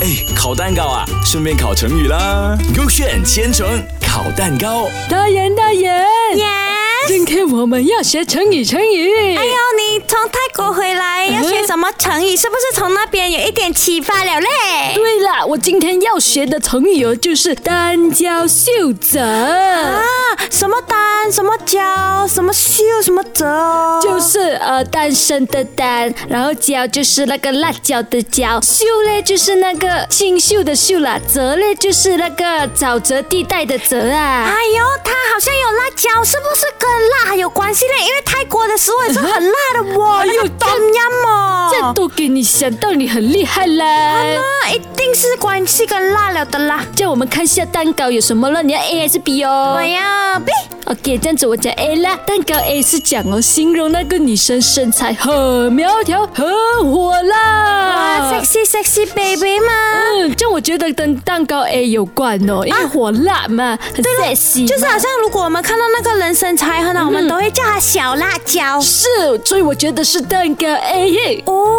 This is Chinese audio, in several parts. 哎，烤蛋糕啊，顺便烤成语啦。勾选千层烤蛋糕，大人，大人， Yes，今天我们要学成语，成语。哎呦，你从泰国回来要学什么成语？是不是从那边有一点启发了嘞？对了，我今天要学的成语哦，就是单胶袖啊折，，什么丹，什么胶，什么秀，什么折哦，就是呃单身的单，然后胶就是那个辣椒的椒，袖嘞就是那个清秀的秀啦，折嘞就是那个沼泽地带的泽啊。哎呦，它好像有辣椒，是不是跟辣还有关系嘞？因为泰国的食物也是很辣的哦，哎呦那个这冬阴哦，这都给你想到，你很厉害啦！啊，一定是关系跟辣了的啦。叫我们看一下蛋糕有什么了，你要 A 还是 B 哦？我要呸！ OK，这样子我讲 A 啦，蛋糕 A 是讲哦，形容那个女生身材很苗条，很火哇辣。 ，sexy 啊 sexy 哎 baby 吗？嗯，这样我觉得跟蛋糕 A 有关哦，因为火辣嘛，很 sexy，啊就是好像如果我们看到那个人身材很好，我们都会叫他小辣椒。是，所以我觉得是蛋糕 A 耶。哦，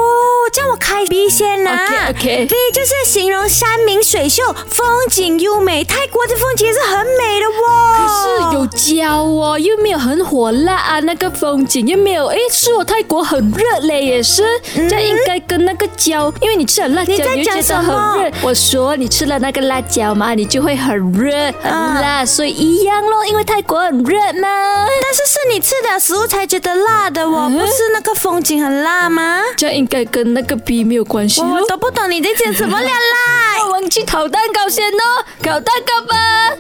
叫我开 B 先啦、 OK，OK B 就是形容山明水秀，风景优美。泰国的风景是很美的哦。是有胶哦，又没有很火辣啊，那个风景又没有，诶，是哦，泰国很热嘞，也是，这应该跟那个胶，因为你吃了辣椒，你在你就讲觉得什么很热。我说你吃了那个辣椒嘛，你就会很热很辣，所以一样咯，因为泰国很热嘛。但是是你吃的食物才觉得辣的哦，嗯不是那个风景很辣吗？这应该跟那个 B 没有关系我咯我。都不懂你在讲什么 了啦。我们去烤蛋糕先哦，烤蛋糕吧。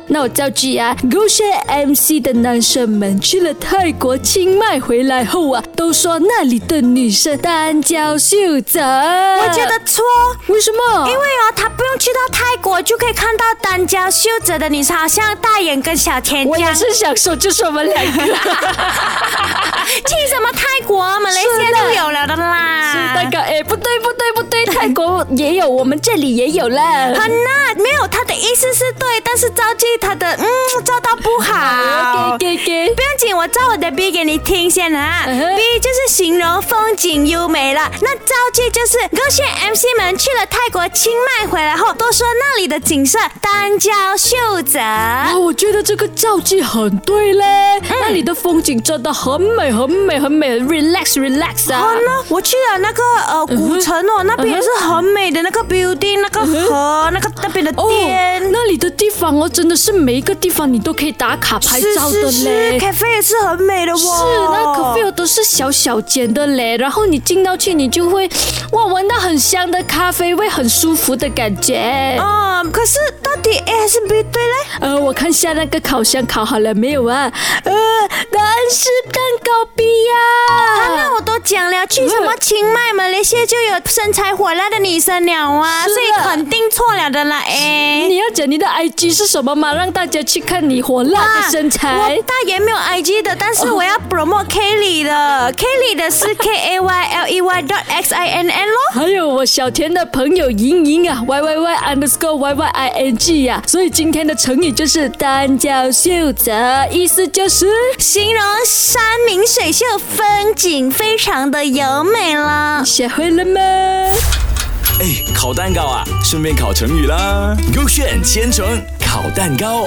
那我造句啊，勾选 MC 的男生们去了泰国清迈回来后啊，都说那里的女生单娇秀泽。我我觉得错。为什么？因为哦，他不用去到泰国就可以看到单娇秀泽的女生，好像大眼跟小甜我这也样。是想说，就是我们两个。去什么泰国、啊马来西是亚的都有了的啦。是蛋糕，哎，不对不对不对，泰国也有，我们这里也有啦。很呐，没有，他的意思是对，但是造句他的嗯造到不好。给给给。不用紧，我造我的 B 给你听先啊。嗯哼 B 就是形容风景优美了，那造句就是勾选 MC 们去了泰国清迈回来后，都说那里的景色单娇秀泽。啊，我觉得这个造句很对嘞，那里的风景真的很美，很美，很美，relax relax 啊。哦，那我去了那个呃古城哦，嗯那边也是很美的那个 building，那个河，那个那边的哦店，。那里的地方哦，真的是每一个地方你都可以打卡拍是照的是嘞。是，咖啡也是很美的哦。是，那 c o 都是小小间的嘞，然后你进到去，你就会哇，闻到很香的咖啡味，很舒服的感觉。嗯，可是到底 A 还是 B 对嘞？呃，我看下那个烤箱烤好了没有啊？呃，答案是蛋糕 B 啊，呀、那我都讲了，去什么清迈、马来西亚就有身材火辣的女生了啊，是所以的肯定错了的啦你 A。要讲你的 IG 是什么吗？让大家去看你火辣的身材啊我。大爷没有 IG 的，但是我要 promote Kelly 的，Kelly 的是 K A Y L E Y dot X I N N 咯。还有我小田的朋友莹莹啊，y y y underscore y y i n g 呀、所以今天的成语就是单脚秀泽，意思就是形容山明水秀，风景非常的优美啦。学会了吗？哎，烤蛋糕啊，顺便烤成语啦。勾选千层烤蛋糕。